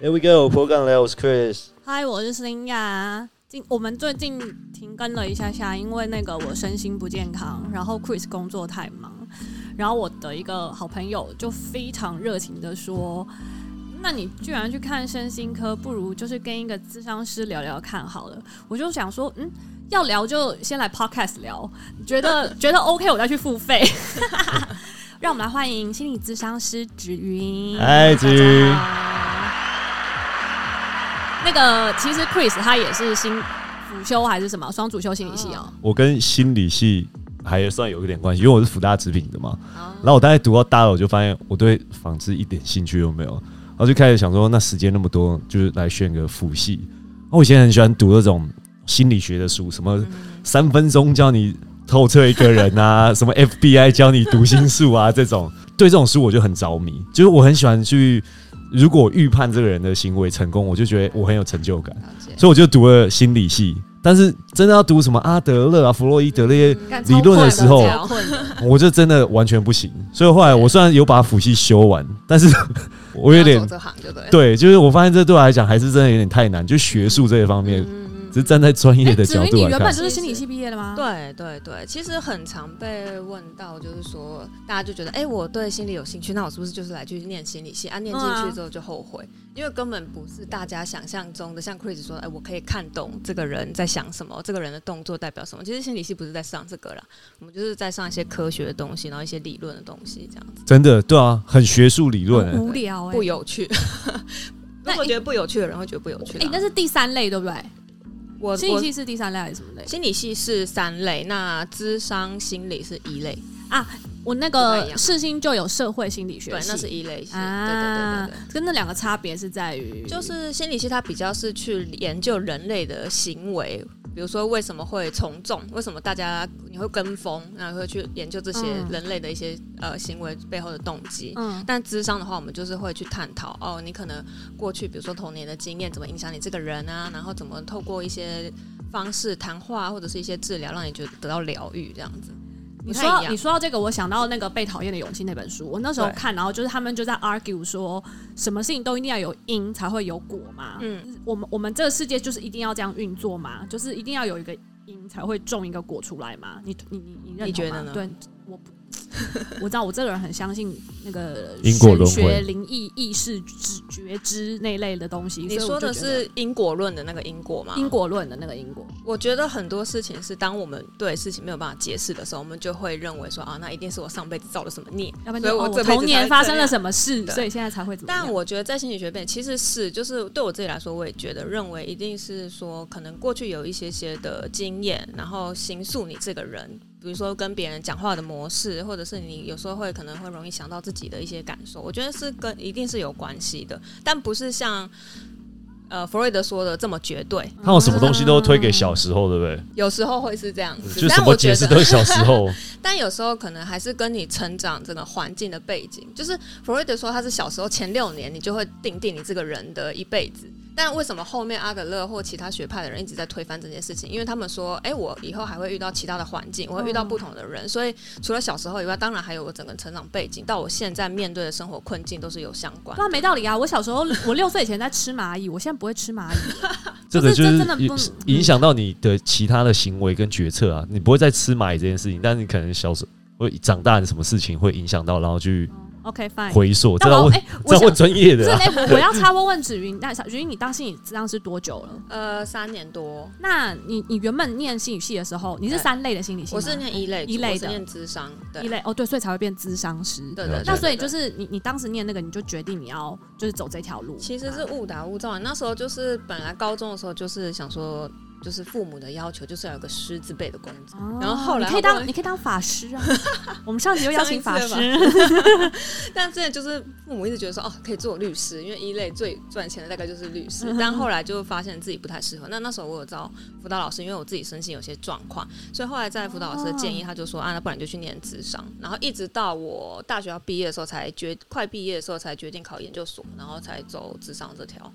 Here we go，破杠聊，我是 Chris。嗨，我是新雅。今我们最近停更了一下下，因为那个我身心不健康，然后 Chris 工作太忙，然后我的一个好朋友就非常热情的说：“那你居然去看身心科，不如就是跟一个咨商师聊聊看好了。”我就想说，嗯，要聊就先来 Podcast 聊，觉得觉得 OK，我再去付费。让我们来欢迎心理咨商师芷云。嗨，子瑜，那个其实 Chris 他也是新辅修还是什么双主修心理系哦、我跟心理系还算有一点关系，因为我是福大食品的嘛。哦然后我大概读到大了，我就发现我对纺织一点兴趣都没有，然后就开始想说，那时间那么多，就是来选个辅系。然后我以前很喜欢读那种心理学的书，什么三分钟教你透彻一个人啊，什么 FBI 教你读心术啊，这种对这种书我就很着迷，就是我很喜欢去。如果我预判这个人的行为成功，我就觉得我很有成就感，所以我就读了心理系。但是真的要读什么阿德勒啊、弗洛伊德那些干理论的时候超困的我就真的完全不行。所以后来我虽然有把辅系修完，但是 我有点要走这行就对了。对，就是我发现这对我来讲还是真的有点太难，就学术这一方嗯面，只是站在专 业的欸子角哎云，你度来原本看。就是心理系毕业的吗？，对对对，其实很常被问到，就是说大家就觉得，哎、我对心理有兴趣，那我是不是就是来去念心理系？啊，念进嗯啊去之后就后悔，因为根本不是大家想象中的，像 Chris 说，哎、我可以看懂这个人在想什么，这个人的动作代表什么。其实心理系不是在上这个啦，我们就是在上一些科学的东西，然后一些理论的东西，这样子真的，对啊，很学术理论、欸。嗯无聊哎、不有趣。那 如果一觉得不有趣的人会觉得不有趣哎、啦。那是第三类对不对？我心理我系是第三类还是什么类？心理系是三类，那智商心理是一类。我那不太一个样世新就有社会心理学对，系，那是一类型。啊对对对对，跟那两个差别是在于对，就是心理系它比较是去研究人类的行为，比如说为什么会从众，为什么大家你会跟风，然后会去研究这些嗯人类的一些、呃行为背后的动机。嗯但智商的话，我们就是会去探讨哦，你可能过去比如说童年的经验怎么影响你这个人啊，然后怎么透过一些方式谈话或者是一些治疗，让你觉得得到疗愈这样子。你不说太一到样你说到这个，我想到那个《被讨厌的勇气》那本书，我那时候对看，然后就是他们就在 argue 说，什么事情都一定要有因才会有果嘛。嗯我们我们这个世界就是一定要这样运作嘛，就是一定要有一个因才会种一个果出来嘛。你你你你认同吗你觉得呢对，我不我知道我这个人很相信那个 因果轮回神学、灵异、意识、知觉知那一类的东西。你所以我说就的觉是啊因果论的那个因果吗？得因果论的那个因果，我觉得很多事情是，当我们对事情没有办法解释的时候，我们就会认为说啊，那一定是我上辈子造了什么孽。要不然所以就我哦这辈子童年才发这生了样什么事，对所以现在才会怎么样。但我觉得在心理学里面，其实是就是对我自己来说，我也觉得认为一定是说，可能过去有一些些的经验，然后形塑你这个人。比如说跟别人讲话的模式，或者是你有时候会可能会容易想到自己的一些感受，我觉得是跟一定是有关系的，但不是像呃弗洛伊德说的这么绝对，他有什么东西都推给小时候，对不对？有时候会是这样子。就但什嗯我么觉解得释都是小时候。但有时候可能还是跟你成长整个环境的背景，就是弗洛伊德说他是小时候前六年，你就会定定你这个人的一辈子。但为什么后面阿德勒或其他学派的人一直在推翻这件事情？因为他们说，哎、我以后还会遇到其他的环境，我会遇到不同的人，所以除了小时候以外，当然还有我整个成长背景，到我现在面对的生活困境都是有相关对。啊，没道理啊！我小时候，我六岁以前在吃蚂蚁，我现在不会吃蚂蚁。这个就这是真的不影影响到你的其他的行为跟决策啊，你不会再吃蚂蚁这件事情，但是你可能小时候会长大的什么事情会影响到，然后去 OK fine。回溯。这但要我问，哎、 这我要想问，专业这的、啊。哎、 我我要插播问子云，那子云，你当心理治疗师多久了？呃，三年多，那你你原本念心理系的时候，你是对三类的心理系吗我是念一类组，一类我是的念智商，对一，类哦，对，所以才会变咨商师。对对对。那所以就对对是你你当时念那个，你就决定你要就是走这条路。其实是啊误打误撞，那时候就是本来高中的时候就是想说，就是父母的要求就是要有个师字辈的工作。然后后啊来你可以后当来你可以当法师 啊，我们上集又邀请法上一师，但之前就是父母一直觉得说，哦，可以做律师，因为一类最赚钱的大概就是律师。 但后来就发现自己不太适合。那那时候我有找辅导老师，因为我自己身心有些状况，所以后来在辅导老师的哦建议，他就说啊，那不然就去念智商。然后一直到我大学要毕业的时候才决，快毕业的时候才决定考研究所，然后才走智商这条。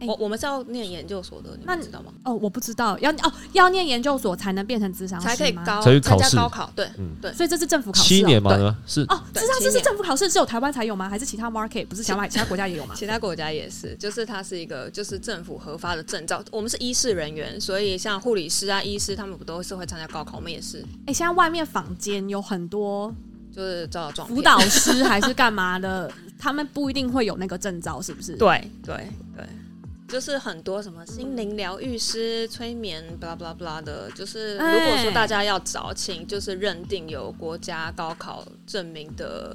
哎我我们是要念研究所的，你那们你知道吗？哦，我不知道，要哦要念研究所才能变成智商才可以高才去参考加试高考，对，所以这是政府考试、哦，七年嘛对呢是哦，对智商七师是年政府考试，只有台湾才有吗？还是其他 market 不是其他其他国家也有 吗？其他国家也是，就是它是一个就是政府核发的证照。我们是医事人员，所以像护理师啊、医师，他们不都是会参加高考，我们也是，哎、现在外面坊间有很多就是照照状辅导师还是干嘛的，他们不一定会有那个证照，是不是？，对对对，就是很多什么心灵疗愈师、催眠，blah blah blah 的，就是哎如果说大家要找，请就是认定有国家高考证明的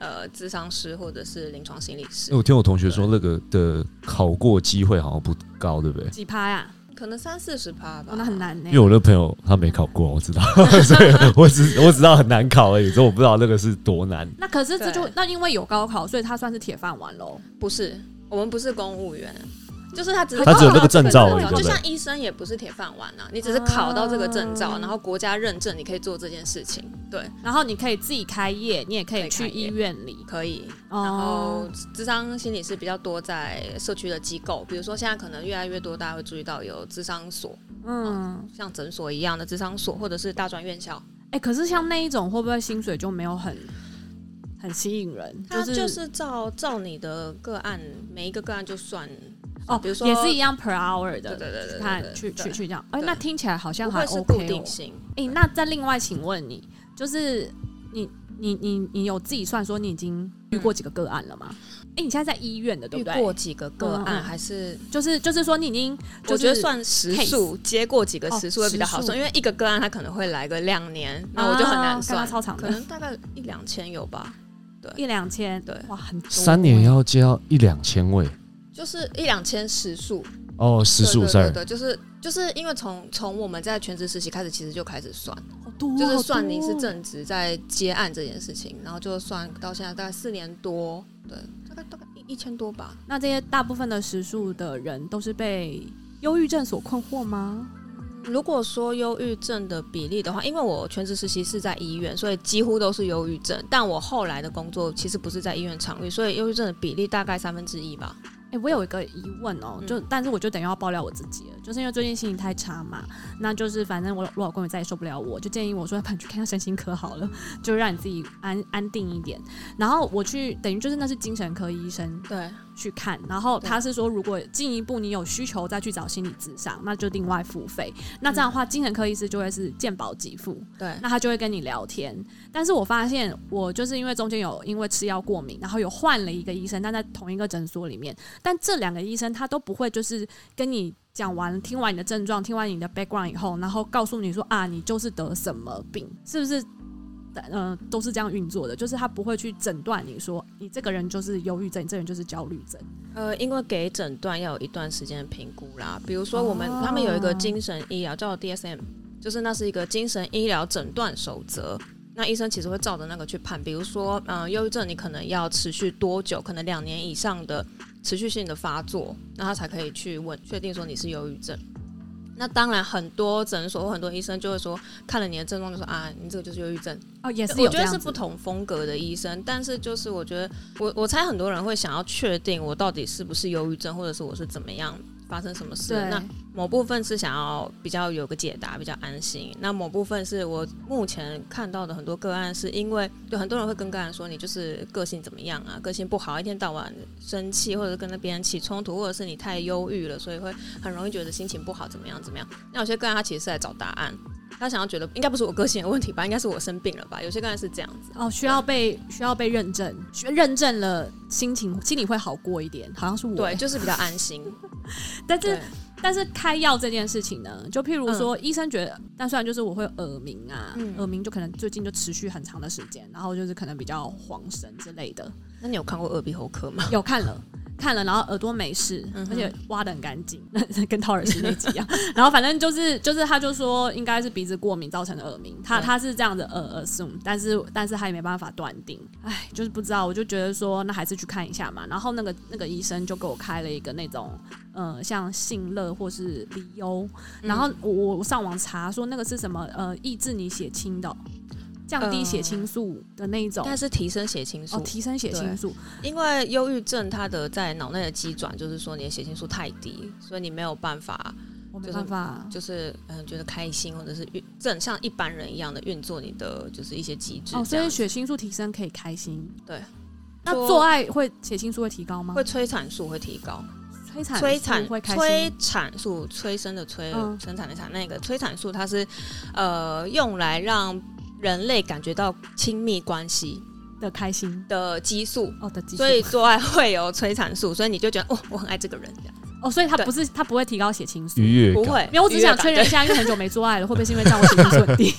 呃咨商师或者是临床心理师因为，我听我同学说那个的考过机会好像不高，对不对？几趴呀、可能三四十趴吧哦，，那很。难呢、因为我的朋友他没考过，我 知道，所以我只我只知道很难考而已，所以我不知道那个是多难。那可是这就对嗯那因为有高考，所以他算是铁饭碗喽。不是，我们不是公务员，就是他只是他只有那个证照而已对不就对像医生也不是铁饭碗啊，你只是考到这个证照，啊然后国家认证你可以做这件事情，对，然后你可以自己开业，你也可以可以去开医业院里。可以。然后哦，智商心理师比较多在社区的机构，比如说现在可能越来越多大家会注意到有智商所，嗯，像诊所一样的智商所，或者是大专院校，哎、可是像那一种会不会薪水就没有很很吸引人？它是就是照照你的个案，每一个个案就算，哦，比如说也是一样 per hour 对的，对对对对看对去对去去这样。哎、对那听起来好像不还会是 OK 固哦定性。哎、那再另外请问你，就是你你你你有自己算说你已经遇过几个个案了吗？哎、你现在在医院的对嗯遇不过对？几个个案，嗯嗯还是就是就是说你已经，就是、我觉得算时数，接过几个时数会比较好哦时算，数因为一个个案他可能会来个两年，那我就很难啊、干嘛算，超长可的，能大概一两千有吧，一两千，对哇，很多欸三年要接到一两千位就是一两千时数，哦，时数对对 sorry 对，对就是就是因为从从我们在全职实习开始，其实就开始算，好多，哦就是好算你是多正职在接案这件事情，然后就算到现在大概四年多，对，大概大概一一千多吧，那这些大部分的时数的人都是被忧郁症所困惑吗？如果说忧郁症的比例的话，因为我全职实习是在医院，所以几乎都是忧郁症。但我后来的工作其实不是在医院场域，所以忧郁症的比例大概三分之一吧。哎、我有一个疑问哦、嗯就但是我就等于要爆料我自己了，就是因为最近心情太差嘛，那就是反正我我老公也再也受不了我，就建议我说，要不然你去看一下身心科好了，就让你自己安安定一点。然后我去等于就是那是精神科医生对，去看，然后对他是说如果进一步你有需求再去找心理咨商，那就另外付费。那这样的话，精神科医师就会是健保给付，对，那他就会跟你聊天。但是我发现，我就是因为中间有因为吃药过敏，然后有换了一个医生，但在同一个诊所里面，但这两个医生他都不会就是跟你讲完、听完你的症状、听完你的 background 以后，然后告诉你说啊，你就是得什么病，是不是？呃，都是这样运作的，就是他不会去诊断你说你这个人就是忧郁症，你这个人就是焦虑症。呃，因为给诊断要有一段时间的评估啦。比如说我们、他们有一个精神医疗叫 DSM，就是那是一个精神医疗诊断守则。那医生其实会照着那个去判，比如说，嗯、忧郁症你可能要持续多久？可能两年以上的持续性的发作，那他才可以去问确定说你是忧郁症。那当然，很多诊所或很多医生就会说，看了你的症状就说啊，你这个就是忧郁症。哦，也是我有觉这得样是子不同风格的医生，但是就是我觉得我我猜很多人会想要确定我到底是不是忧郁症，或者是我是怎么样发生什么事对了。那某部分是想要比较有个解答，比较安心。那某部分是我目前看到的很多个案，是因为有很多人会跟个案说你就是个性怎么样啊，个性不好，一天到晚生气，或者是跟别人起冲突，或者是你太忧郁了，所以会很容易觉得心情不好，怎么样怎么样。那有些个案他其实是来找答案。他想要觉得应该不是我个性的问题吧，应该是我生病了吧？有些个案是这样子，哦，需要被需要被认证，需认证了心情心里会好过一点，好像是我。对，，就是比较安心。但是 对，但是开药这件事情呢，就譬如说，医生觉得，但虽然就是我会耳鸣啊，嗯耳鸣就可能最近就持续很长的时间，然后就是可能比较晃神之类的，那你有看过耳鼻喉科吗？有看了。看了，然后耳朵没事，嗯哼而且挖的很干净， 跟掏耳石那集一样。 然后反正就是就是，他就说应该是鼻子过敏造成的耳鸣，他对他是这样的耳 assume，但是但是他也没办法断定，哎，就是不知道。我就觉得说，那还是去看一下嘛。然后那个那个医生就给我开了一个那种呃，像信乐或是理嗯优，然后我我上网查说那个是什么呃抑制你血清的哦，降低血清素的那一种，但是提升血清素，哦，提升血清素，因为忧郁症它的在脑内的机转，就是说你的血清素太低，所以你没有办法，我没就是办法，就是嗯，觉得开心或者是运正像一般人一样的运作你的就是一些机制哦，这所样以子，血清素提升可以开心。对，那说做爱会血清素会提高吗？会催产素会提高，催产催催产会开催心，产素催生的催、嗯生产的产那个催产素，它是呃用来让人类感觉到亲密关系的开心的激素。哦的激素，所以做爱会有催产素，所以你就觉得哦，我很爱这个人，这样哦，所以它对不是它不会提高血清素。愉悦不感。会。没有，我只想确认一下，因为很久没做爱了，会不会是因为这样我血清素很 低？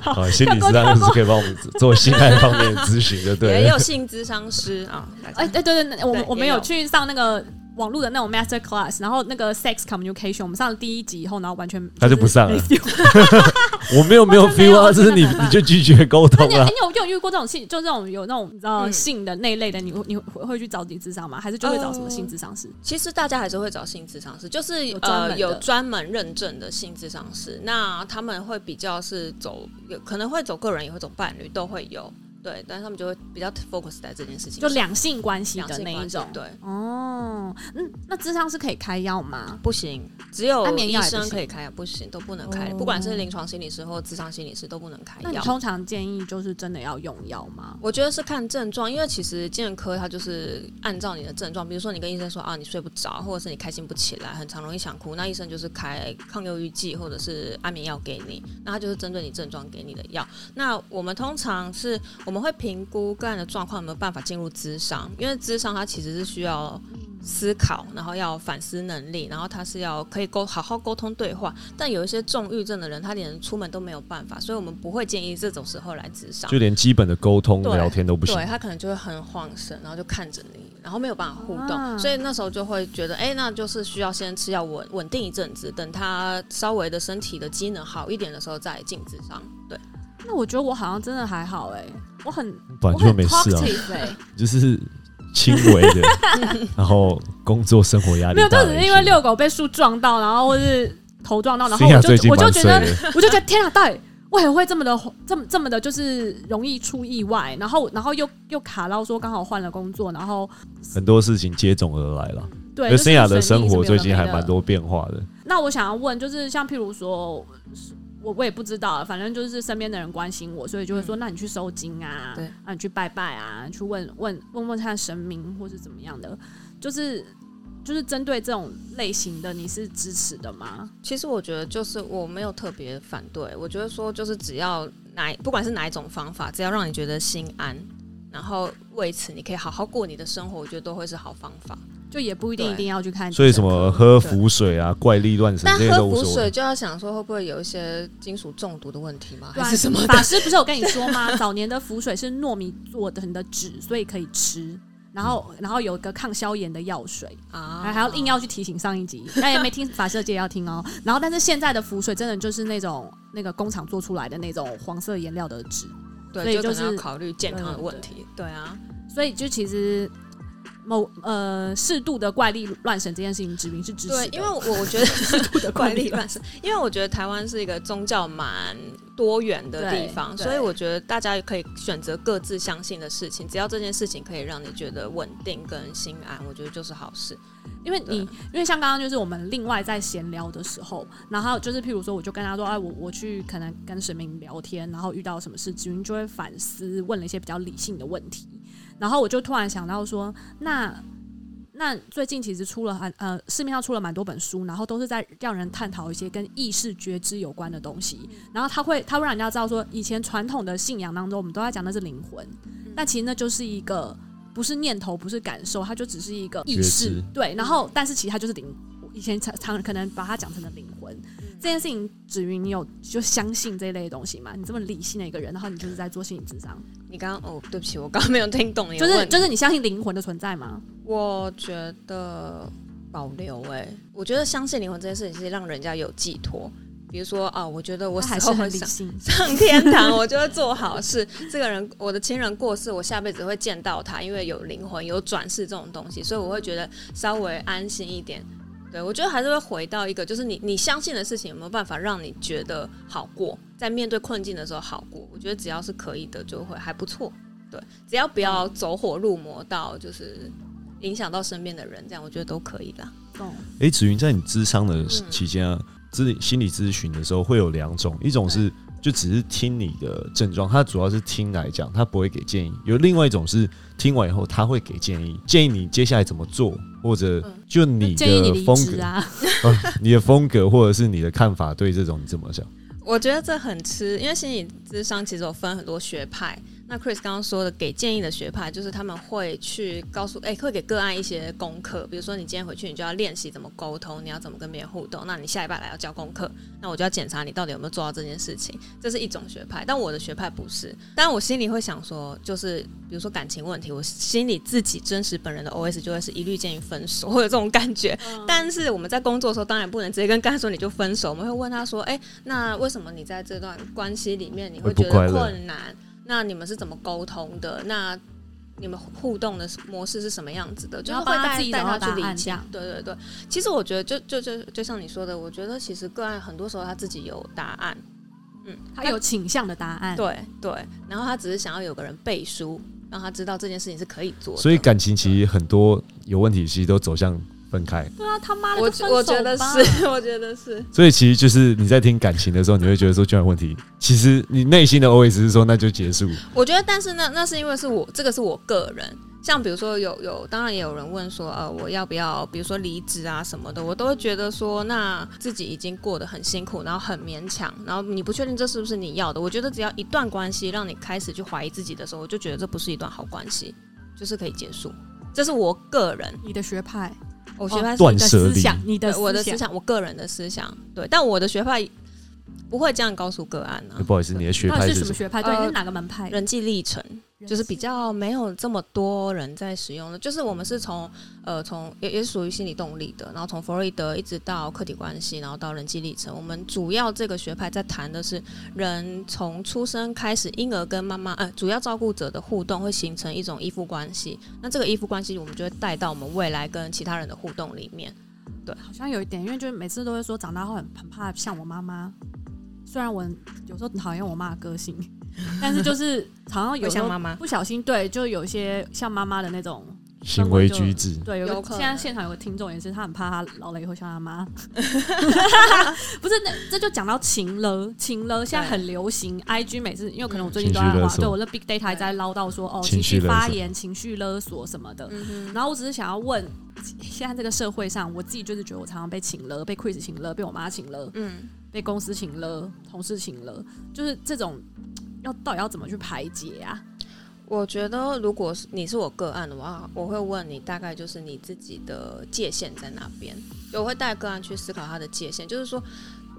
好，心理咨商是可以帮我们做性爱方面的咨询，就对也有了。性咨商师 啊，哎哎、哎，对对，对我们对我们也有有去上那个网络的那种 master class，然后那个 sex communication，我们上了第一集以后，然后完全他就不上了 没 feel 我没有没有我真的没 feel 有啊，这是你那怎么办你就拒绝沟那通你了你。有你有遇过这种性，就这种有那种你知道嗯性的那一类的，你会你会会去找你智商吗？还是就会找什么性智商师？其实大家还是会找性咨商师，就是有专门呃的有专门认证的性咨商师，那他们会比较是走，有可能会走个人，也会走伴侣，都会有。对，但是他们就会比较 focus 在这件事情就上，两性关系两的性那一关系种。对，哦，嗯，那智商是可以开药吗？不行，只有安眠医药也不生行可以开，不行都不能开，哦不管是临床心理师或智商心理师都不能开那你药。通常建议就是真的要用药吗？我觉得是看症状，因为其实健科它就是按照你的症状，比如说你跟医生说啊你睡不着，或者是你开心不起来，很常容易想哭，那医生就是开抗忧郁剂或者是安眠药给你，那他就是针对你症状给你的药。那我们通常是我们会评估个案的状况有没有办法进入咨商，因为咨商它其实是需要。思考，然后要反思能力，然后他是要可以沟好好沟通对话，但有一些重郁症的人，他连出门都没有办法，所以我们不会建议这种时候来咨商。就连基本的沟通对聊天都不行对，他可能就会很晃神，然后就看着你，然后没有办法互动，啊所以那时候就会觉得，哎、那就是需要先吃药稳稳定一阵子，等他稍微的身体的机能好一点的时候再进智商。对，那我觉得我好像真的还好哎、我很本我来就很没事啊， talkative 哎、就是轻微的，然后工作生活压力没有，就大了只是一些因为遛狗被树撞到，然后或是头撞到，然后 新雅我最就近我就蛮觉衰得的，我就觉得天啊，到底为何会这么的这么这么的，就是容易出意外，然后然后又又卡到说刚好换了工作，然后很多事情接踵而来了。对，而就是生涯的神生力活最是没近有还的蛮。多变化的，那我想要问，就是像譬如说。我我也不知道，反正就是身边的人关心我，所以就会说，那你去收金啊嗯对，啊，你去拜拜啊，你去问问问问看神明或是怎么样的，就是就是针对这种类型的，你是支持的吗？其实我觉得就是我没有特别反对，我觉得说就是只要哪不管是哪一种方法，只要让你觉得心安，然后为此你可以好好过你的生活，我觉得都会是好方 法。就也不一定对一定要去看，所以什么喝符水啊、怪力乱神但这些都喝无浮所水谓。就要想说会不会有一些金属中毒的问题吗？对啊 还是什么的？法师不是有跟你说吗？早年的符水是糯米做成的纸，所以可以吃。然后，然后有一个抗消炎的药水，啊还还要硬要去提醒上一集，大家也没听法师的记得要听哦。然后，但是现在的符水真的就是那种那个工厂做出来的那种黄色颜料的纸，所对，以就就可能是嗯要考虑健康的问题。对啊，所以就其实某呃适度的怪力乱神这件事情，指明是支持的。对，因为我我觉 得怪力乱神，因为我觉得台湾是一个宗教蛮多元的地方，对对所以我觉得大家可以选择各自相信的事情，只要这件事情可以让你觉得稳定跟心安，我觉得就是好事。因为你，因为像刚刚就是我们另外在闲聊的时候，然后就是譬如说，我就跟他说，哎，我我去可能跟神明聊天，然后遇到什么事，志云就会反思，问了一些比较理性的问题，然后我就突然想到说，那那最近其实出了很呃市面上出了蛮多本书，然后都是在让人探讨一些跟意识觉知有关的东西，然后他会他会让人家知道说，以前传统的信仰当中，我们都在讲那是灵魂，那其实那就是一个。不是念头，不是感受，它就只是一个意觉识知，对。嗯然后，但是其实它就是灵，以前常常可能把它讲成了灵魂。嗯这件事情，子云，你有就相信这一类的东西吗？你这么理性的一个人，然后你就是在做心理智商，你刚刚哦，对不起，我刚刚没有听懂你的就是问题就是你相信灵魂的存在吗？我觉得保留哎、我觉得相信灵魂这件事情是让人家有寄托。比如说啊，我觉得我他还是死后很会理上。性 上天堂，我就会做好事。这个人，我的亲人过世，我下辈子会见到他，因为有灵魂、有转世这种东西，所以我会觉得稍微安心一点。对，我觉得还是会回到一个，就是你你相信的事情有没有办法让你觉得好过，在面对困境的时候好过。我觉得只要是可以的，就会还不错。对，只要不要走火入魔到就是影响到身边的人，这样我觉得都可以啦。懂诶，子云，在你咨商的期间啊，咨心理咨询的时候会有两种，一种是就只是听你的症状，他主要是听来讲，他不会给建议；有另外一种是听完以后他会给建议，建议你接下来怎么做，或者嗯就你建议你的离风职格、呃啊，你的风格或者是你的看法对这种你怎么想？我觉得这很吃，因为心理智商其实有分很多学派。那 Chris 刚刚说的给建议的学派，就是他们会去告诉，哎、会给个案一些功课，比如说你今天回去，你就要练习怎么沟通，你要怎么跟别人互动，那你下一拜来要交功课，那我就要检查你到底有没有做到这件事情，这是一种学派。但我的学派不是，但我心里会想说，就是比如说感情问题，我心里自己真实本人的 OS 就会是一律建议分手，会有这种感觉。嗯嗯但是我们在工作的时候，当然不能直接跟干说你就分手，我们会问他说：“哎、那为什么你在这段关系里面你会会不觉得快乐困难？那你们是怎么沟通的？那你们互动的模式是什么样子的？”就是然后会帮他带自己带找到他去答理案这解样。对对对，其实我觉得就就就就像你说的，我觉得其实个案很多时候他自己有答案，嗯，他有倾向的答案，对对，然后他只是想要有个人背书，让他知道这件事情是可以做的。所以感情其实很多有问题，其实都走向分开。对啊，他妈的，我就分我觉手得吧是， 我觉得是。所以其实就是你在听感情的时候，你会觉得说这有问题，其实你内心的 always 是说那就结束。我觉得，但是那那是因为是我这个是我个人，像比如说有有，当然也有人问说，呃，我要不要，比如说离职啊什么的，我都会觉得说，那自己已经过得很辛苦，然后很勉强，然后你不确定这是不是你要的。我觉得只要一段关系让你开始去怀疑自己的时候，我就觉得这不是一段好关系，就是可以结束。这是我个人，你的学派，我学派是哦断你的舍思离想，你哦的对我的思想，想，我个人的思想，对，但我的学派不会这样告诉个案呢、不好意思，你的学到派底是是什什么么？学派？对，你呃是哪个门派？人际历程。就是比较没有这么多人在使用的，就是我们是从呃从也也是属于心理动力的，然后从弗洛伊德一直到客体关系，然后到人际历程，我们主要这个学派在谈的是人从出生开始，婴儿跟妈妈呃主要照顾者的互动会形成一种依附关系，那这个依附关系我们就会带到我们未来跟其他人的互动里面。好像有一点，因为就是每次都会说长大后很很怕像我妈妈，虽然我有时候很讨厌我妈的个性， 但是就是好像有会时像候妈妈不小心对，就有一些像妈妈的那种行为举止？对，有有个可能现在现场有个听众也是，他很怕他老了以后像他 妈， 不是那这就讲到情了，情了现在很流行，IG 每次因为可能我最近都在情绪勒滑，索对我的 big data 还在唠叨说哦情情绪绪勒索发言、情绪勒索什么的，然后我只是想要问，现在这个社会上，我自己就是觉得我常常被请了，被 Chris 请了，被我妈请了，嗯，被公司请了，同事请了，就是这种要到底要怎么去排解啊？我觉得如果是你是我个案的话，我会问你大概就是你自己的界限在哪边，我会带个案去思考他的界限，就是说。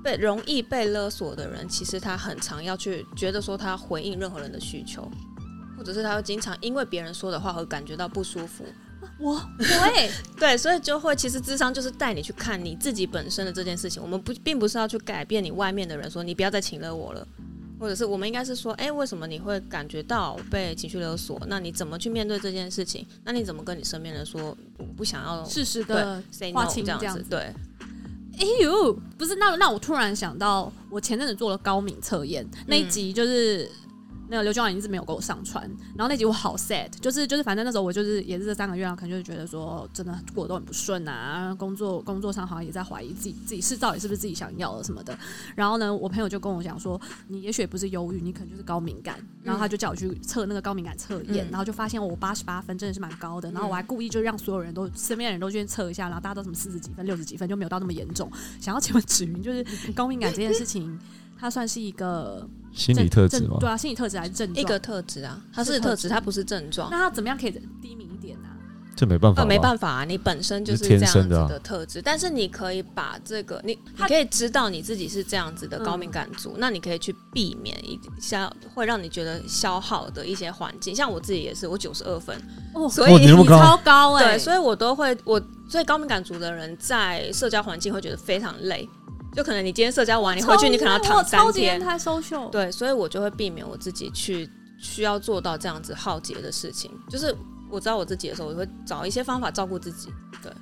被容易被勒索的人，其实他很常要去觉得说他回应任何人的需求，或者是他会经常因为别人说的话而感觉到不舒服。我对，对，所以就会其实智商就是带你去看你自己本身的这件事情，我们不并不是要去改变你外面的人说你不要再请了我了，或者是我们应该是说，哎、为什么你会感觉到被情绪勒索？那你怎么去面对这件事情？那你怎么跟你身边人说我不想要适时的 say 划 no 这清样这样子？子对，哎呦，不是，那那我突然想到，我前阵子做了高敏测验那一集，就是、那个刘娟婉一直没有给我上传，然后那集我好 sad，就是就是反正那时候我就是也是这三个月啊，可能就是觉得说真的过得都很不顺啊，工作工作上好像也在怀疑自己自己是到底是不是自己想要的什么的。然后呢，我朋友就跟我讲说，你也许也不是忧郁，你可能就是高敏感。然后他就叫我去测那个高敏感测验，嗯然后就发现我八十八分真的是蛮高的，然后我还故意就让所有人都身边的人都去测一下，然后大家都什么四十几分、六十几分，就没有到那么严重。想要请问子云，就是高敏感这件事情，它算是一个心理特质症吗？对啊，心理特质还是症状？一个特质啊，它是是特特质，质它不是症状。那它怎么样可以低迷一点呢、啊？这没办法呃，吧，没办法啊，你本身就是是这天样子生的啊的特质，但是你可以把这个，你你他可以知道你自己是这样子的嗯高敏感族，那你可以去避免一消会让你觉得消耗的一些环境。像我自己也是，我九十二分，哦所以哦你那么你高超高哎、对，所以我都会我所以高敏感族的人在社交环境会觉得非常累，就可能你今天社交完，你回去你可能要躺超三级天变，态 social，，对，所以我就会避免我自己去需要做到这样子浩劫的事情。就是我知道我自己的时候，我会找一些方法照顾自己。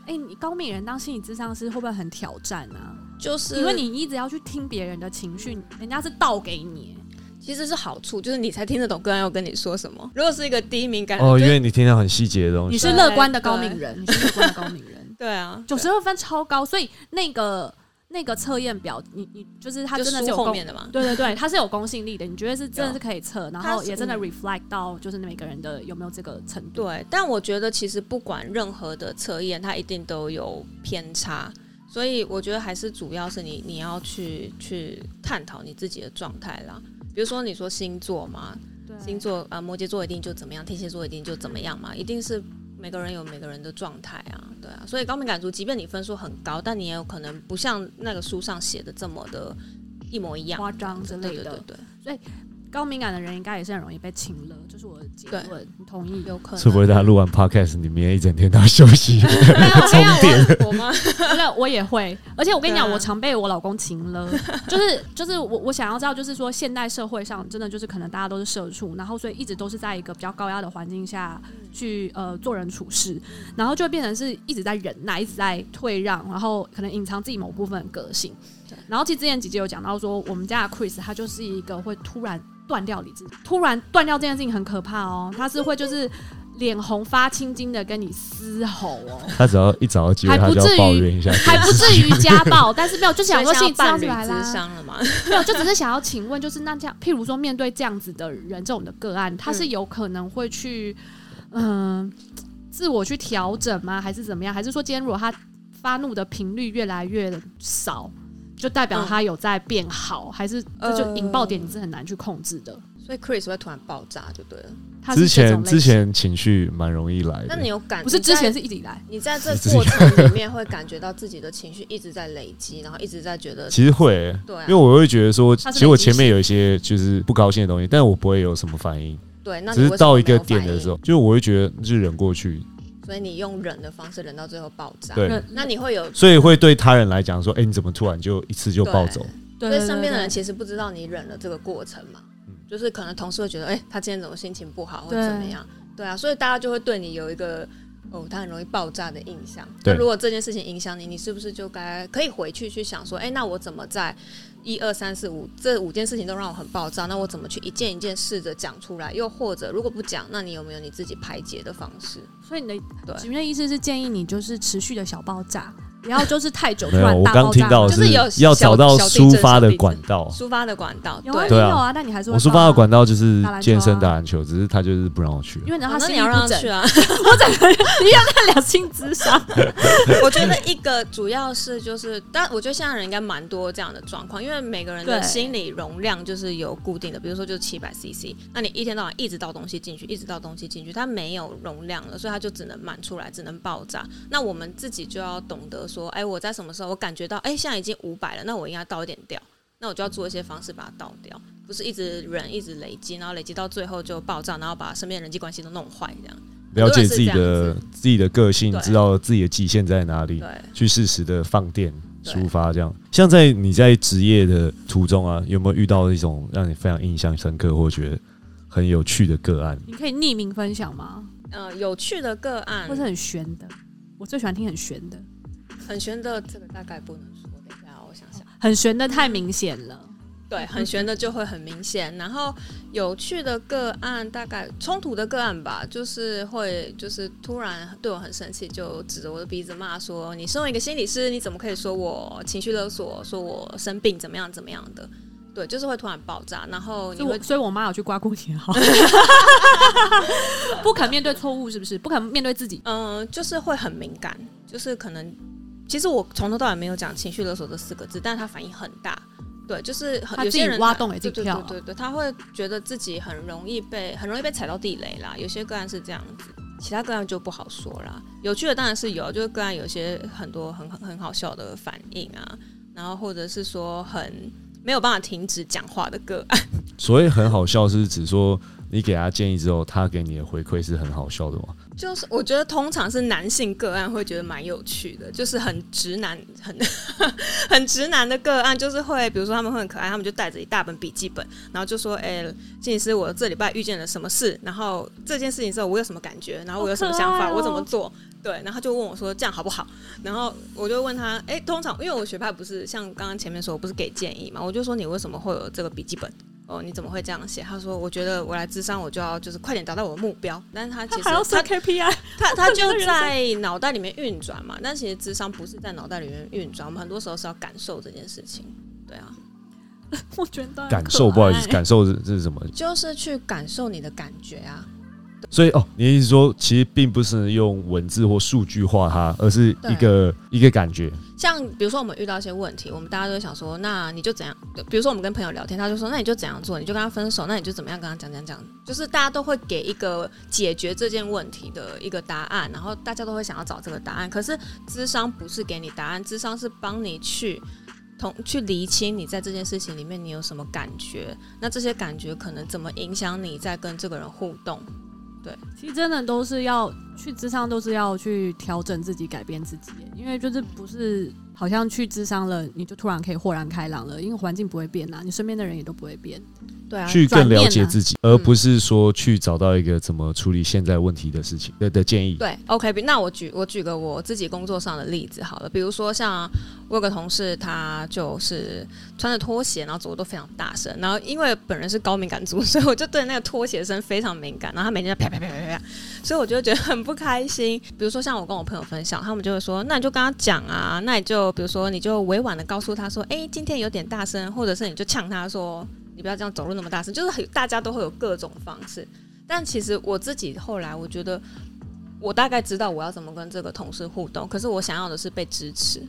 哎、你高敏人当心理咨商师会不会很挑战啊？就是因为你一直要去听别人的情绪，人家是倒给你。欸其实是好处，就是你才听得懂个案要跟你说什么。如果是一个低敏感人，哦，就因为你听到很细节的东你西，啊是对，乐观的高敏人，你是乐观的高敏人对啊，九十二分超高，所以那个那个测验表，你你就是它就真的是输有后公面的嘛。对对对，它是有公信力的，你觉得是真的是可以测，然它后是也真的嗯 reflect 到就是每个人的有没有这个程度。对，但我觉得其实不管任何的测验，它一定都有偏差，所以我觉得还是主要是你你要去去探讨你自己的状态啦。比如说你说星座嘛，对星座啊，摩羯座一定就怎么样，天蝎座一定就怎么样嘛，一定是每个人有每个人的状态啊，对啊，所以高敏感族，即便你分数很高，但你也有可能不像那个书上写的这么的一模一样夸张之类对对的，对高敏感的人应该也是很容易被请了，这是我的结对论。你同意 对，？有可能。是不是大家录完 podcast，你明天一整天都要休息？ 没有充电没有我我吗？真的，我也会。而且我跟你讲，对啊我常被我老公情了，就是就是我我想要知道，就是说现代社会上真的就是可能大家都是社畜，然后所以一直都是在一个比较高压的环境下去呃做人处事，然后就会变成是一直在忍耐，一直在退让，然后可能隐藏自己某部分的个性对。然后其实之前姐姐有讲到说，我们家的 Chris 他就是一个会突然断掉理智，突然断掉这件事情很可怕哦，他是会就是脸红发青筋的跟你嘶吼哦。他只要一找到机会，还他不就至要于抱怨一下，还不至于家 暴，但是没有，就想说所心以理现咨商在要伴是侣来咨啦，商了嘛？没有，就只是想要请问，就是那这样，譬如说面对这样子的人，这种的个案，他是嗯有可能会去，嗯、自我去调整吗？还是怎么样？还是说今天如果他发怒的频率越来越少？就代嗯表他有在变好，还是这呃就引爆点你是很难去控制的。 所以 Chris 会突然爆炸就对了。他是之这前种类型之前情绪蛮容易来那的你。有感不是之前你在是一直以来，你在这过程里面会感觉到自己的情绪一直在累积，然后一直在觉得其实会欸、对啊因为我会觉得说，嗯它是累积其实我前面有一些就是不高兴的东西，但我不会有什么反应，对，那你只为是什么到一没有个点反的应时候，，就是我会觉得就忍过去，所以你用忍的方式忍到最后爆炸。对，那那你会有所以会对他人来讲说，哎、你怎么突然就一次就暴走？对所以身边的对人其实不知道你忍了这个过程嘛，嗯就是可能同事会觉得，哎、他今天怎么心情不好，或者对怎么样？对啊，所以大家就会对你有一个。哦，他很容易爆炸的印象。对那如果这件事情影响你，你是不是就该可以回去去想说，哎、那我怎么在一二三四五这五件事情都让我很爆炸？那我怎么去一件一件试着讲出来？又或者如果不讲，那你有没有你自己排解的方式？对所以你对的局面意思是建议你就是持续的小爆炸，不要就是太久突没有，然我大爆炸。刚听到的就是有要小找到小地震抒发小的地震管道。抒发的管道，哦有啊，对你，对有啊啊，但你还是会我抒发的管，管道就是打篮球啊健身、打篮球，只是他就是不让我去。因为你让哦他那心里你要不让他整去，啊，他两性之商。 我觉得一个主要是就是，但我觉得现在人应该蛮多这样的状况，因为每个人的对心理容量就是有固定的，比如说就七百 CC，那你一天到晚一直倒东西进去，一直倒东西进去，它没有容量了，所以它就只能满出来，只能爆炸。那我们自己就要懂得说，哎、我在什么时候我感觉到，哎、现在已经五百了，那我应该倒一点掉，那我就要做一些方式把它倒掉，不是一直忍，一直累积，然后累积到最后就爆炸，然后把身边的人际关系都弄坏这样。了解自己的很多人是这样自己的个性，对知道自己的极限在哪里，对，去适时的放电对抒发。这样，像在你在职业的途中啊，有没有遇到一种让你非常印象深刻或觉得很有趣的个案？ 你可以匿名分享吗？呃，有趣的个案或是很悬的？我最喜欢听很悬的，很悬的这个大概不能说，等一下我想想。很悬的太明显了。对，很悬的就会很明显。然后有趣的个案，大概冲突的个案吧，就是会就是突然对我很生气，就指着我的鼻子骂说：“你身为一个心理师，你怎么可以说我情绪勒索，说我生病怎么样怎么样的？”对，就是会突然爆炸，然后你所以会我，所以我妈有去刮过你好，不肯面对错误，是不是？不肯面对自己，嗯、就是会很敏感，就是可能其实我从头到尾没有讲情绪勒索这四个字，但是他反应很大。对，就是很他有自些己人挖他洞给自对己对跳对啊对对，他会觉得自己很容易被很容易被踩到地雷啦。有些个案是这样子，其他个案就不好说啦。有趣的当然是有，就是个案有些很多很很好笑的反应啊，然后或者是说很没有办法停止讲话的个案。所谓很好笑，是指说你给他建议之后，他给你的回馈是很好笑的吗？就是我觉得通常是男性个案会觉得蛮有趣的，就是很直男、很 很直男的个案，就是会比如说他们会很可爱，他们就带着一大本笔记本，然后就说：“哎、心理师，我这礼拜遇见了什么事？然后这件事情之后我有什么感觉？然后我有什么想好法？可爱哦我怎么做？”对，然后他就问我说这样好不好？然后我就问他，哎、通常因为我学派不是像刚刚前面说，我不是给建议嘛，我就说你为什么会有这个笔记本？哦，你怎么会这样写？他说，我觉得我来智商，我就要就是快点达到我的目标。但是他其他实还要设他 KPI，他 他就我觉得人生在脑袋里面运转嘛，但其实智商不是在脑袋里面运转，我们很多时候是要感受这件事情。对啊，我觉得很感可受不好意思，爱感受是这是什么？就是去感受你的感觉啊。所以哦，你的意思说，其实并不是用文字或数据化它，而是对一个一个感觉。像比如说我们遇到一些问题，我们大家都会想说，那你就怎样？对比如说我们跟朋友聊天，他就说，那你就怎样做？你就跟他分手，那你就怎么样跟他讲讲讲？就是大家都会给一个解决这件问题的一个答案，然后大家都会想要找这个答案。可是智商不是给你答案，智商是帮你去。 同去厘清你在这件事情里面你有什么感觉，那这些感觉可能怎么影响你在跟这个人互动？其实真的都是要去智商，都是要去调整自己、改变自己，因为就是不是好像去智商了，你就突然可以豁然开朗了，因为环境不会变啊，你身边的人也都不会变。对啊，去更了转念解啊自己，而不是说去找到一个怎么处理现在问题的事情的的建议。对，OK，比那我举我举个我自己工作上的例子好了，比如说像我有个同事，他就是穿着拖鞋，然后走路都非常大声，然后因为本人是高敏感族，所以我就对那个拖鞋声非常敏感，然后他每天在啪啪啪啪啪，所以我就会觉得很不开心。比如说像我跟我朋友分享，他们就会说，那你就跟他讲啊，那你就比如说你就委婉的告诉他说，哎、今天有点大声，或者是你就呛他说，你不要这样走路那么大声，就是很大家都会有各种方式。但其实我自己后来我觉得。我大概知道我要怎么跟这个同事互动，可是我想要的是被支持，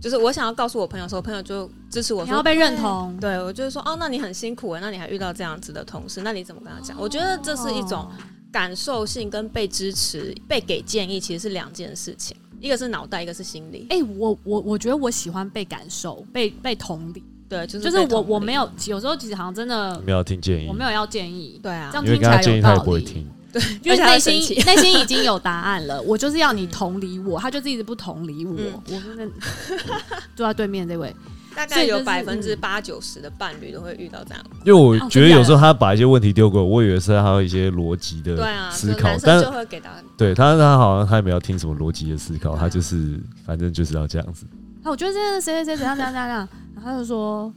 就是我想要告诉我朋友的时候，朋友就支持我你说要被认同，对我就是说，哦，那你很辛苦哎，那你还遇到这样子的同事，那你怎么跟他讲？我觉得这是一哦种感受性跟被支持、被给建议，其实是两件事情，一个是脑袋，一个是心理。哎、我我我觉得我喜欢被感受、被被同理，对，就是就是被我同理我没有，有时候其实好像真的你们要听建议我，没有要建议，对啊这，样因为听起跟他来建议有他道也理，不会听。因为哎而且他内会心生气内心已经有答案了，我就是要你同理 我，他就是一直不同理我，嗯我真的 坐在对面这位，大所概以就有是百分之嗯八九十的伴侣都会遇到这样。因为我哦觉真得的有时候他把一些问题丢给我，我以为是他有一些逻辑的对啊，思所以考男，生但就会给他对他他好像他也没有听什么逻辑的思考，对啊他就是反正就是要这样子。啊，我觉得真的谁谁谁怎样怎样怎样怎样，然后他就说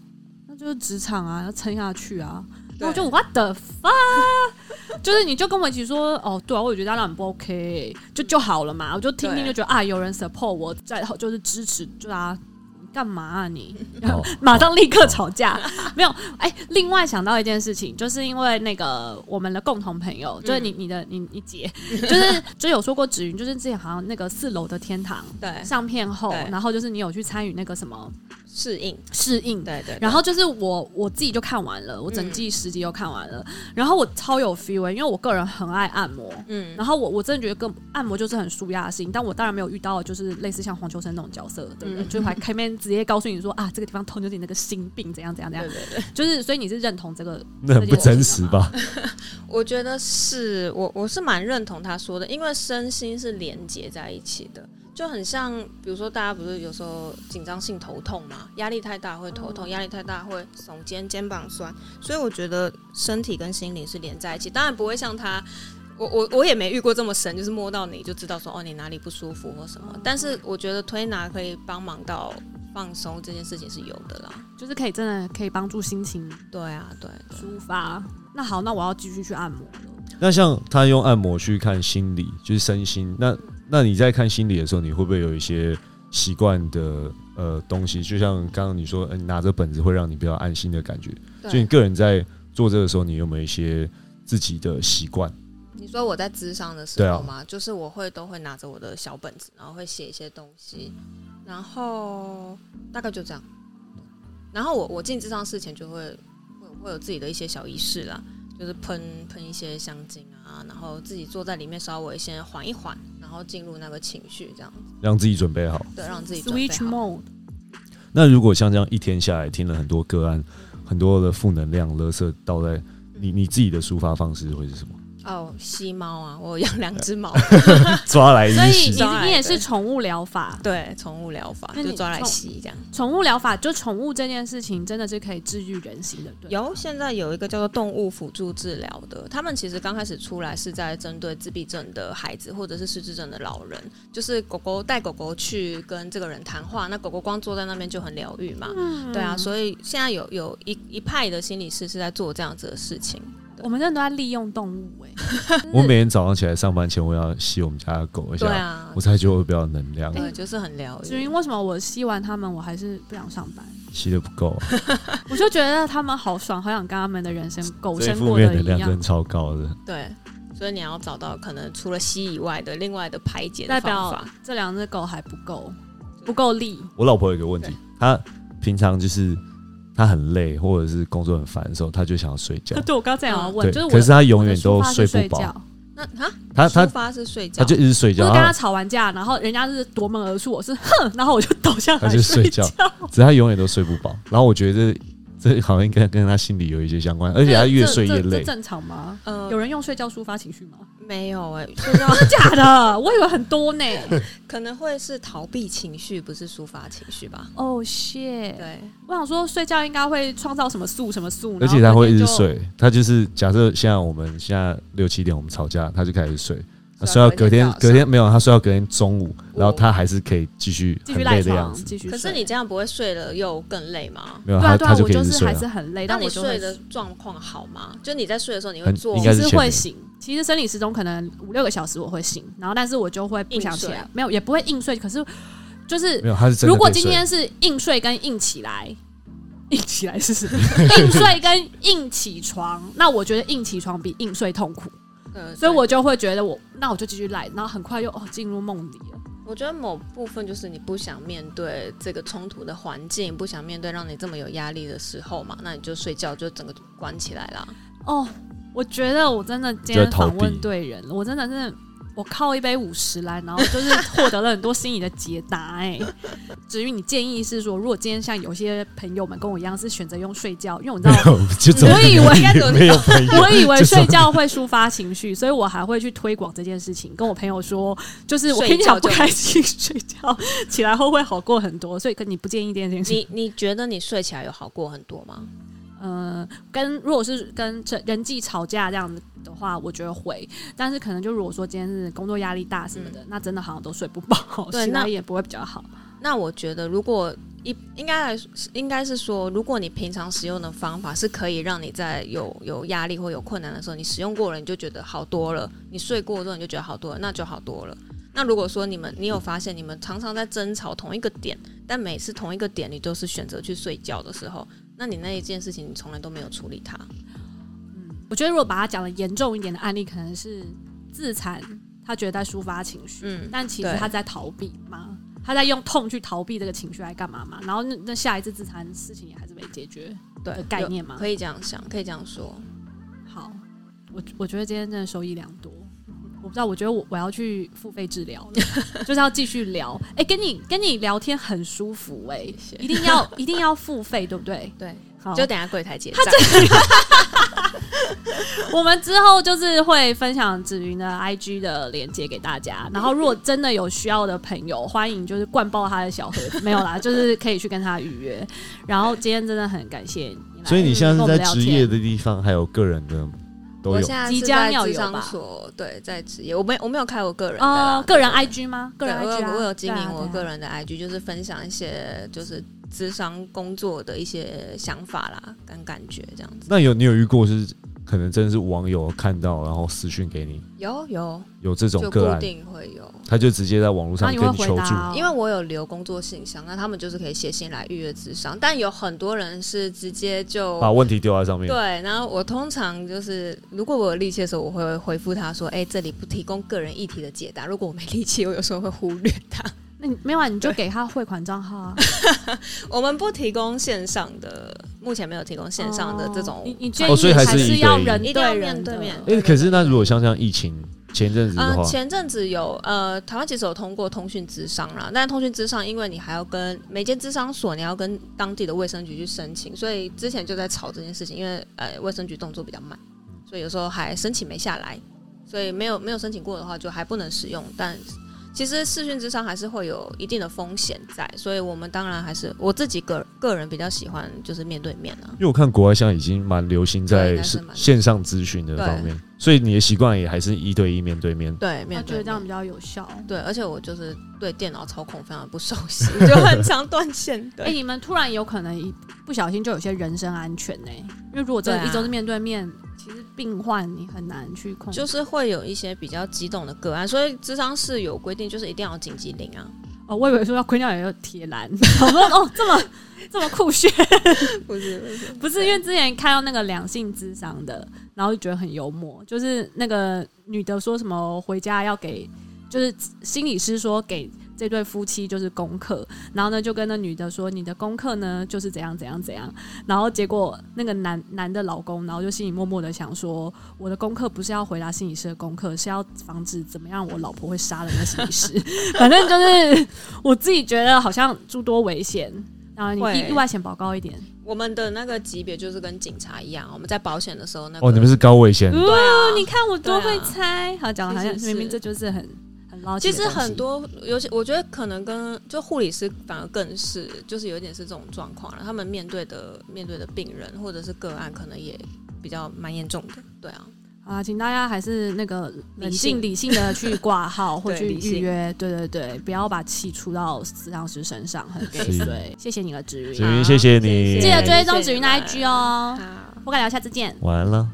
那就是职场啊，要撑下去啊。然后我就 what the fuck，就是 你就跟我一起说哦，对啊，我也觉得他很不 OK，就就好了嘛。我就听听就对觉得啊，有人 support 我在，就是支持，对啊，你干嘛啊你？ 哦马上立刻吵架， 没有。哎、另外想到一件事情，就是因为那个我们的共同朋友，就是你、你的你你姐，就是就有说过止云，就是之前好像那个四楼的天堂对上片后，对然后就是你有去参与那个什么适应，适应。对对。对嗯然后就是我我自己就看完了，我整季十集都看完了，然后我超有 feel，、欸、因为我个人很爱按摩，嗯，然后我我真的觉得跟按摩就是很舒压的事情，但我当然没有遇到就是类似像黄秋生那种角色的人，嗯就是还开面直接告诉你说啊这个地方痛就是你那个心病怎样怎样怎样对，对对，就是所以你是认同这个那很不真实吧？我觉得是我我是蛮认同他说的，因为身心是连接在一起的，就很像比如说大家不是有时候紧张性头痛嘛，压力太大会头痛，压力太大会耸肩、肩膀酸，所以我觉得身体跟心灵是连在一起，当然不会像他。我我我也没遇过这么神，就是摸到你就知道说哦你哪里不舒服或什么，但是我觉得推拿可以帮忙到放松这件事情是有的啦。就是可以真的可以帮助心情对啊，对对抒发。嗯那好，那我要继续去按摩了。那像他用按摩去看心理，就是身心。那那你在看心理的时候，你会不会有一些习惯的呃东西？就像刚刚你说，呃、你拿着本子会让你比较安心的感觉。对。就你个人在做这个时候，你有没有一些自己的习惯？你说我在咨商的时对啊候吗？就是我会都会拿着我的小本子，然后会写一些东西，然后大概就这样。然后我我进咨商室前就会会会有自己的一些小仪式啦，就是喷喷一些香精啊，然后自己坐在里面稍微先缓一缓，然后进入那个情绪，这样子让自己准备好。对，让自己准备 Switch 好 mode，那如果像这样一天下来，听了很多嗯个案，很多的负能量、垃圾倒在你你自己的抒发方式会是什么？哦，吸猫啊，我养两 只猫，抓来医 所以洗抓来你你也对是宠物疗法，对，宠物疗法那就你抓来宠吸这样。宠物疗法就宠物这件事情真的是可以治愈人心的，对吧。有，现在有一个叫做动物辅助治疗的，他们其实刚开始出来是在针对自闭症的孩子或者是失智症的老人，就是狗狗带狗狗去跟这个人谈话，那狗狗光坐在那边就很疗愈嘛，嗯对啊，所以现在有有一一派的心理师是在做这样子的事情，我们真的都在利用动物哎、我啊每天早上起来上班前，我要吸我们家的嗯狗一对下，啊我，才觉得我比较有能量，对，就是很疗至于愈，为什么我吸完它们，我还是不想上 班？吸的不够，啊我就觉得它们好爽，好想跟它们的人生狗所以生负过面的能一量真的样。超高的。对，所以你要找到可能除了吸以外的另外的排解代的方表法，这两只狗还不够，不够力。。我老婆有一个问题，她平常就是她很累或者是工作很烦的时候，她就想要睡觉对，我刚才要问，对就是，我可是她永我的远抒都啊发是睡不睡饱觉，。那啊，她她出发是睡觉，她就一直睡就是觉，跟他她吵完架，然后人家是夺门而出，我是哼，然后我就倒下她来就睡觉 啊觉。，只是她永远都睡不饱。然后我觉得这这好像应该跟她心理有一些相关，而且她越这睡这越这累。正常吗？呃有人用睡觉抒发情绪吗？没有哎、睡觉。真假的，我以为很多呢。可能会是逃避情绪，不是抒发情绪吧？哦，谢。对，我想说睡觉应该会创造什么素什么素，而且然她后会一直隔天就。睡，她就是假设现在我们现在六七点我们吵架，她就开始睡，她睡到隔天早上隔天没有，她睡到隔天中午，然后哦她还是可以继续继很续赖累的样床，子，继续睡。可是你这样不会睡了又更累吗？没有对啊她对她啊，就我可以一就直是睡还了是。很累，那但你我就会睡的状况好吗？就你在睡的时候，你会很做 应其该是实前会面醒，其实生理时钟可能五六个小时我会醒，然后但是我就会不想起硬来睡，没有也不会硬睡，可是就是没有，她是真的如果可以今睡天是硬睡跟硬起来，硬起来是什 么？硬睡跟硬起床，那我觉得硬起床比硬睡痛苦，呃嗯所以对我就会觉得我那我就继续赖，然后很快又哦进入梦里了。我觉得某部分就是你不想面对这个冲突的环境，不想面对让你这么有压力的时候嘛，那你就睡觉，就整个关起来啦。哦，我觉得我真的今就天逃访避问对人了，我真的是我靠一杯五十来，然后就是获得了很多心理的解答、哎， 至于你建议是说，如果今天像有些朋友们跟我一样是选择用睡觉，因为我知 没道有，就这种我以为应该没有没有朋友，我以为这种睡觉会抒发情绪，所以我还会去推广这件事情，跟我朋友说，就是我跟你讲睡觉就不开心，睡觉起来后会好过很多，所以跟你不建议这件事情。你你觉得你睡起来有好过很多吗？嗯、跟如果是跟这人际吵架这样子的话，我觉得会，但是可能就如果说今天是工作压力大什么的，那真的好像都睡不饱，嗯对起来那也不会比较好。那我觉得，如果一应该来说应该是说，如果你平常使用的方法是可以让你在有有压力或有困难的时候，你使用过了，你就觉得好多了；你睡过之后，你就觉得好多了，那就好多了。那如果说你们，你有发现你们常常在争吵同一个点，但每次同一个点你都是选择去睡觉的时候，那你那一件事情你从来都没有处理它。我觉得如果把它讲的严重一点的案例，可能是自残，他觉得在抒发情绪，嗯但其实对他在逃避嘛，他在用痛去逃避这个情绪来干嘛嘛？然后那那下一次自残事情也还是没解决对的，概有念嘛。可以这样想，可以这样说。好，我我觉得今天真的收益良多。我不知道，我觉得我我要去付费治疗了，就是要继续聊。哎、跟你跟你聊天很舒服哎、谢一定要一定要付费，对不对？对，好，就等下柜 台结账。我们之后就是会分享紫云的 IG 的链接给大家，然后如果真的有需要的朋友，欢迎就是灌爆他的小盒子，没有啦，就是可以去跟他预约。然后今天真的很感谢你来，所以你现在跟是我在们聊职天业的地方，还有个人的都我有现。在即是将在要智有商吧所，对，在职业，我没我没有开我个人的啦哦，个人 IG 吗？个对人 IG 我啊有我有经对啊营我对啊个人的 IG，就是分享一些就是智商工作的一些想法啦，跟感觉这样子。那有你有遇过是可能真的是网友看到，然后私讯给你有有，有这种就个固案，定会有，哦他就直接在网络那上你会跟你回求助。答、哦？因为我有留工作信箱，那他们就是可以写信来预约智商，但有很多人是直接就把问题丢在上面，对，然后我通常就是，如果我有力气的时候，我会回复他说：“哎、这里不提供个人议题的解答。”如果我没力气，我有时候会忽略他。那你没有啊，你就给他汇款账号啊，我们不提供线上的，目前没有提供 线上的这哦种你你建哦议所以还还是一是对一要人一定要人面对的面哎、可是那如果像像疫情前阵子的话呃，，前阵子有呃，台湾其实有通过通讯咨商啦，但是通讯咨商因为你还要跟每间咨商所，你要跟当地的卫生局去申请，所以之前就在吵这件事情，因为呃卫生局动作比较慢，所以有时候还申请没下来。所以没有没有申请过的话，就还不能使用。但其实视讯智商还是会有一定的风险在，所以我们当然还是我自己个个人比较喜欢就是面对面啊。因为我看国外现在已经蛮流行对在但是是蛮线上咨询的对方面，所以你的习惯也还是一对一面对面。对，面他觉对得这样面比较有效。对，而且我就是对电脑操控非常不熟悉， 就很常断线。哎、对，你们突然有可能一不小心就有些人身安全呢、因为如果真对的啊一周是面对面，其实病患你很难去控制。就是会有一些比较激动的个案，所以智商是有规定，就是一定要有紧急铃啊。哦，我以为说要困掉也有铁栏， 我说哦这么这么酷炫， 不是不是，不是因为之前看到那个两性智商的，然后就觉得很幽默，就是那个女的说什么回家要给，就是心理师说给这对夫妻就是功课，然后呢就跟那女的说你的功课呢就是怎样怎样怎样，然后结果那个男男的老公，然后就心里默默的想说我的功课不是要回答心理师的功课，是要防止怎么样我老婆会杀了那个心理师，反正就是我自己觉得好像诸多危险。然后你会意意外险保高一点，我们的那个级别就是跟警察一样，我们在保险的时候那个哦，你们是高危险，对啊，嗯你看我多对会啊猜，好讲的好像是是是明明这就是很很捞。其实很，多，尤其我觉得可能跟就护理师反而更是，就是有一点是这种状况了。他们面对的面对的病人或者是个案，可能也比较蛮严重的。对啊，啊，请大家还是那个冷理性静理性的去挂号或对去理性预约，对对对，不要把气出到治疗师身上，很给是水。谢谢你了，子云子云，谢谢你记得追踪谢谢子云你的们 IG 哦。好我感聊，下次见。晚安了。